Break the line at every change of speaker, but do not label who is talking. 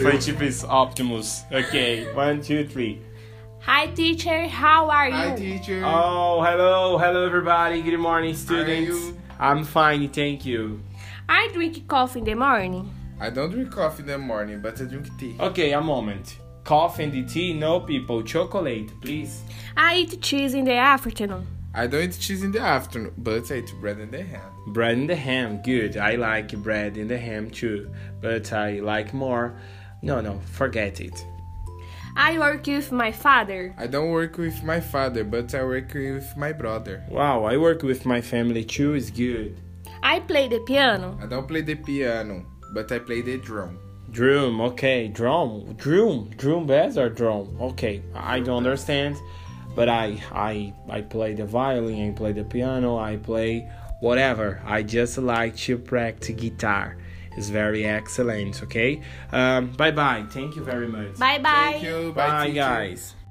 Friendship is Optimus. Okay, one, two, three.
Hi, teacher. How are you?
Hi, teacher.
Oh, hello, hello everybody. Good morning, students.
you?
I'm fine, thank you.
I drink coffee in the morning.
I don't drink coffee in the morning, but I drink tea.
Okay, a moment. Coffee and tea, no people. Chocolate, please.
I eat cheese in the afternoon.
I don't eat cheese in the afternoon, but I eat bread in the ham.
Bread and the ham, good. I like bread and the ham too, but I like more. No, no, forget it.
I work with my father.
I don't work with my father, but I work with my brother.
Wow, I work with my family too, is good.
I play the piano.
I don't play the piano, but I play the drum.
Drum, okay, drum, drum, drum bass or drum? Okay, I don't understand, but I, I, I play the violin, I play the piano, I play whatever. I just like to practice guitar. It's very excellent. Okay, um, bye bye. Thank you very much.
Bye bye.
Thank you. Bye,
Bye
teacher.
guys.